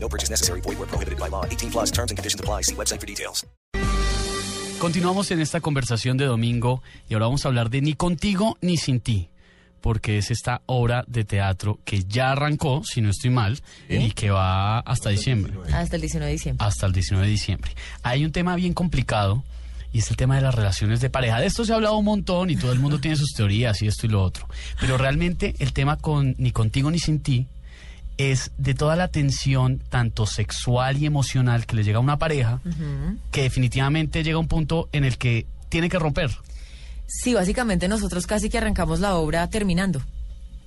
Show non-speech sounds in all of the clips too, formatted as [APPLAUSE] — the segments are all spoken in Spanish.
No purchase necessary. Void where prohibited by law. 18 plus terms and conditions apply. See website for details. Continuamos en esta conversación de domingo y ahora vamos a hablar de Ni contigo ni sin ti, porque es esta obra de teatro que ya arrancó, si no estoy mal, y que va hasta diciembre, Hasta el 19 de diciembre. hasta el 19 de diciembre. Hay un tema bien complicado y es el tema de las relaciones de pareja. De esto se ha hablado un montón y todo el mundo tiene sus teorías y esto y lo otro, pero realmente el tema con Ni contigo ni sin ti es de toda la tensión tanto sexual y emocional que le llega a una pareja, que definitivamente llega a un punto en el que tiene que romper. Sí, básicamente nosotros casi que arrancamos la obra terminando.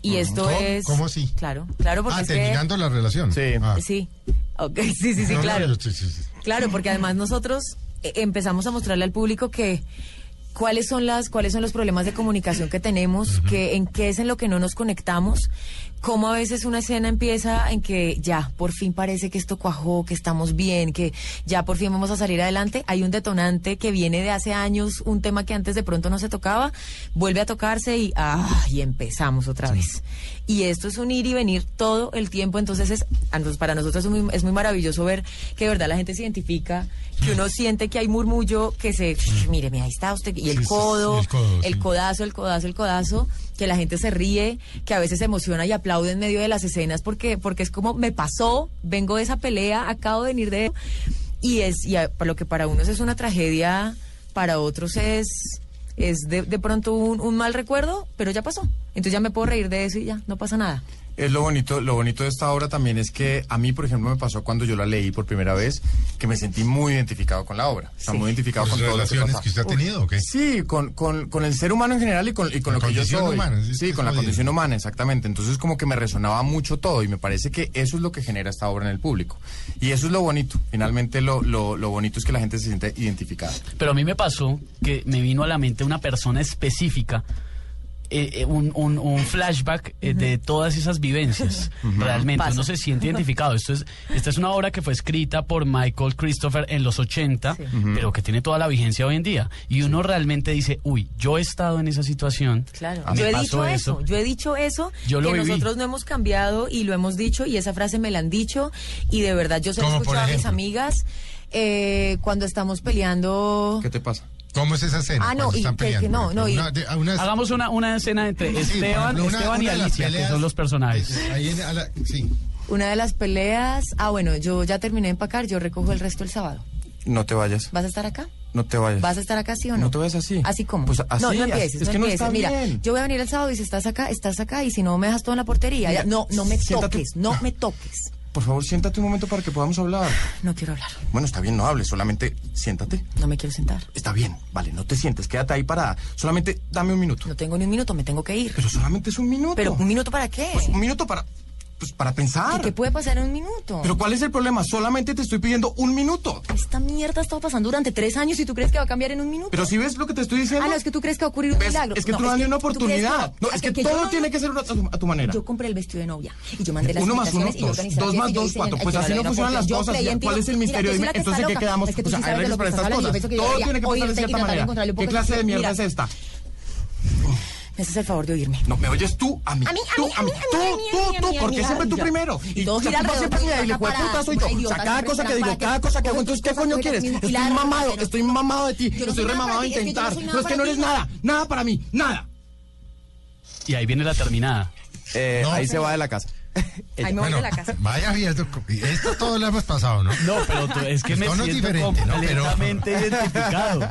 Y esto ¿Cómo? es... ¿Cómo así? Claro, claro, porque Ah, es que- terminando la relación. Sí. Ah. Sí, Ok, [LAUGHS] sí, sí, sí, No, no, claro. yo- sí, sí, sí. Claro, porque además nosotros eh, empezamos a mostrarle al público que cuáles son las cuáles son los problemas de comunicación que tenemos, que en qué es en lo que no nos conectamos, cómo a veces una escena empieza en que ya por fin parece que esto cuajó, que estamos bien, que ya por fin vamos a salir adelante, hay un detonante que viene de hace años, un tema que antes de pronto no se tocaba, vuelve a tocarse y ah, y empezamos otra vez. Y esto es un ir y venir todo el tiempo, entonces es a nos- para nosotros es muy, es muy maravilloso ver que de verdad la gente se identifica, que uno siente que hay murmullo, que se, mire, ahí está usted, y Sí, sí, el sí, codo, el codo, el sí. codazo, el codazo, el codazo, que la gente se ríe, que a veces se emociona y aplaude en medio de las escenas porque, porque es como, me pasó, vengo de esa pelea, acabo de venir de... Y es y a- por lo que para unos es una tragedia, para otros es, es de, de pronto un, un mal recuerdo, pero ya pasó. Entonces ya me puedo reír de eso y ya, no pasa nada. Es lo bonito, lo bonito de esta obra también es que a mí, por ejemplo, me pasó cuando yo la leí por primera vez, que me sentí muy identificado con la obra. O sea, Sí. muy identificado ¿Con con sus todo lo que relaciones pasa. que usted ha tenido o qué? Sí, con, con, con el ser humano en general y con, y con La lo que yo condición soy. humana, es que sí, con la soy- condición humana, exactamente. Entonces como que me resonaba mucho todo y me parece que eso es lo que genera esta obra en el público. Y eso es lo bonito. Finalmente lo, lo, lo bonito es que la gente se siente identificada. Pero a mí me pasó que me vino a la mente una persona específica, eh, eh, un, un- un flashback eh, de todas esas vivencias. Realmente Pasa. uno se siente identificado. Esto es, esta es una obra que fue escrita por Michael Christopher en los 80, pero que tiene toda la vigencia hoy en día. Y uno realmente dice, uy, yo he estado en esa situación. Claro, Ah, me yo he pasó dicho eso, yo he dicho eso, Yo lo que viví. nosotros no hemos cambiado y lo hemos dicho y esa frase me la han dicho y de verdad yo se la he ¿Cómo, por escuchado a mis ejemplo? amigas eh, cuando estamos peleando. ¿Qué te pasa? ¿Cómo es esa escena? Ah, no, cuando y están que- que peleando, no, por ejemplo? no, y- Una de- a unas- Hagamos una, una escena entre sí, por Esteban, ejemplo, una- Esteban y una de las Alicia, que peleas- son los personajes. es- ahí en- a la- sí. Una de las peleas, ah bueno, yo ya terminé de empacar, yo recojo el resto el sábado. No te vayas. ¿Vas a estar acá? No te vayas. ¿Vas a estar acá sí o no? No te ves así. ¿Así como? Pues así, no, no así- empieces, es no que no empieces. está Mira, bien. yo voy a venir el sábado y si estás acá, estás acá y si no me dejas todo en la portería. Ya, no, no me siéntate. toques, no me toques. Por favor, siéntate un momento para que podamos hablar. No quiero hablar, Bueno, está bien, no hables, solamente siéntate. no me quiero sentar. Está bien, vale, no te sientes, quédate ahí parada. Solamente dame un minuto. No tengo ni un minuto, me tengo que ir. Pero solamente es un minuto. ¿Pero un minuto para qué? Pues un minuto para, pues para ¿Qué pensar. qué puede pasar en un minuto? Pero ¿cuál es el problema? Solamente te estoy pidiendo un minuto. Esta mierda ha estado pasando durante tres años y tú crees que va a cambiar en un minuto. Pero si ves lo que te estoy diciendo. ah, no, es que tú crees que va a ocurrir un ¿Ves? milagro. Es que tú no tienes una tú crees que- oportunidad. No, es que, yo todo no- tiene que ser a tu, a tu manera. Yo compré el vestido de novia y yo mandé las Uno más uno, invitaciones y yo dos. organizé las Dos fiestas más y yo dos, hice- cuatro. Ay, Pues que así no no había funcionan una las porción. Yo cosas. creí en ti. ¿Cuál es el Mira, misterio? yo soy Dime, la que está entonces, ¿en loca. qué quedamos? Es que tú O sea, sí hay sabes de lo que estás respuestas para hablando. Yo estas pensé que yo cosas. Todo debería tiene que hoy pasar de irte y cierta tratar de manera. encontrarle un ¿Qué poco de clase de sentido. mierda es Mira, esta? Me haces el favor de oírme. No, me oyes tú a mí. A mí, a tú, mí, a mí, a mí, Tú, a mí, a mí, tú, a tú. mí, ¿Por a qué mí, siempre a tú mí. primero? Y todo o sea, gira tú alrededor siempre de me una y le campana, putas soy yo. una O sea, idiota, cada siempre cosa que trampa, digo, que cada cosa que hago, tú- entonces, tú ¿qué coño eres quieres? un Estoy milagro, mamado, pero- estoy mamado de Yo ti. no Estoy soy nada remamado para de ti, es que yo no intentar. soy nada No es que para no ti. eres nada, nada para mí, nada. Y ahí viene la terminada. Eh, No. ahí se va de la casa. Ahí me voy Bueno, de la casa. vaya viendo. Esto todo lo hemos pasado, ¿no? No, pero tú- es que El me tono es siento diferente, ¿no? Pero- [LAUGHS] completamente identificado.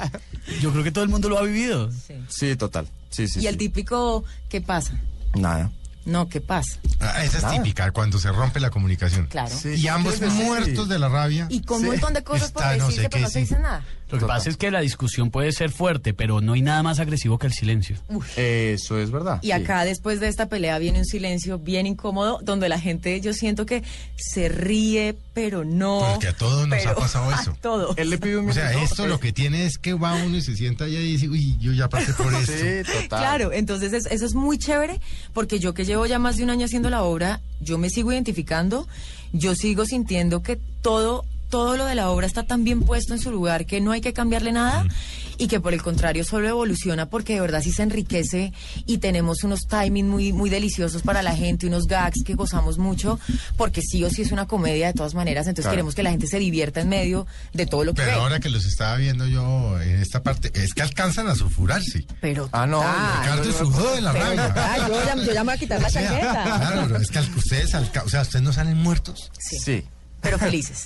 Yo creo que todo el mundo lo ha vivido. Sí, total. Sí, sí. Y el sí. típico, ¿qué pasa? Nada. No, ¿qué pasa? Ah, esa es típica, cuando se rompe la comunicación. Claro. Sí, Y ambos sí, sí, sí. muertos de la rabia. Y con Sí. un montón de cosas por Está no decirse, sé qué, pero no se sí. dice nada. Lo que Total. pasa es que la discusión puede ser fuerte, pero no hay nada más agresivo que el silencio. Eso es Ah, verdad. Y sí. acá después de esta pelea viene un silencio bien incómodo donde la gente yo siento que se ríe, pero no. Porque a todos nos pero ha pasado [LAUGHS] a eso. todos. Él le pide un O sea, minuto. esto lo que tiene es que va uno y se sienta allá y dice, uy, yo ya pasé por esto. Sí, total. Claro, entonces es- eso es muy chévere porque yo que llevo ya más de un año haciendo la obra, yo me sigo identificando, yo sigo sintiendo que todo todo lo de la obra está tan bien puesto en su lugar que no hay que cambiarle nada y que por el contrario solo evoluciona porque de verdad sí se enriquece y tenemos unos timings muy muy deliciosos para la gente, unos gags que gozamos mucho porque sí o sí es una comedia de todas maneras, entonces Claro. queremos que la gente se divierta en medio de todo lo que Pero ve. ahora que los estaba viendo yo en esta parte, es que alcanzan a sulfurarse. Pero Ah, no, total. Ricardo sudó de la Pero rabia. total, yo ya- yo ya me voy a quitar la O sea, chaqueta. Claro, pero es que al- ustedes, alca- o sea, ustedes no salen muertos. Sí. pero felices.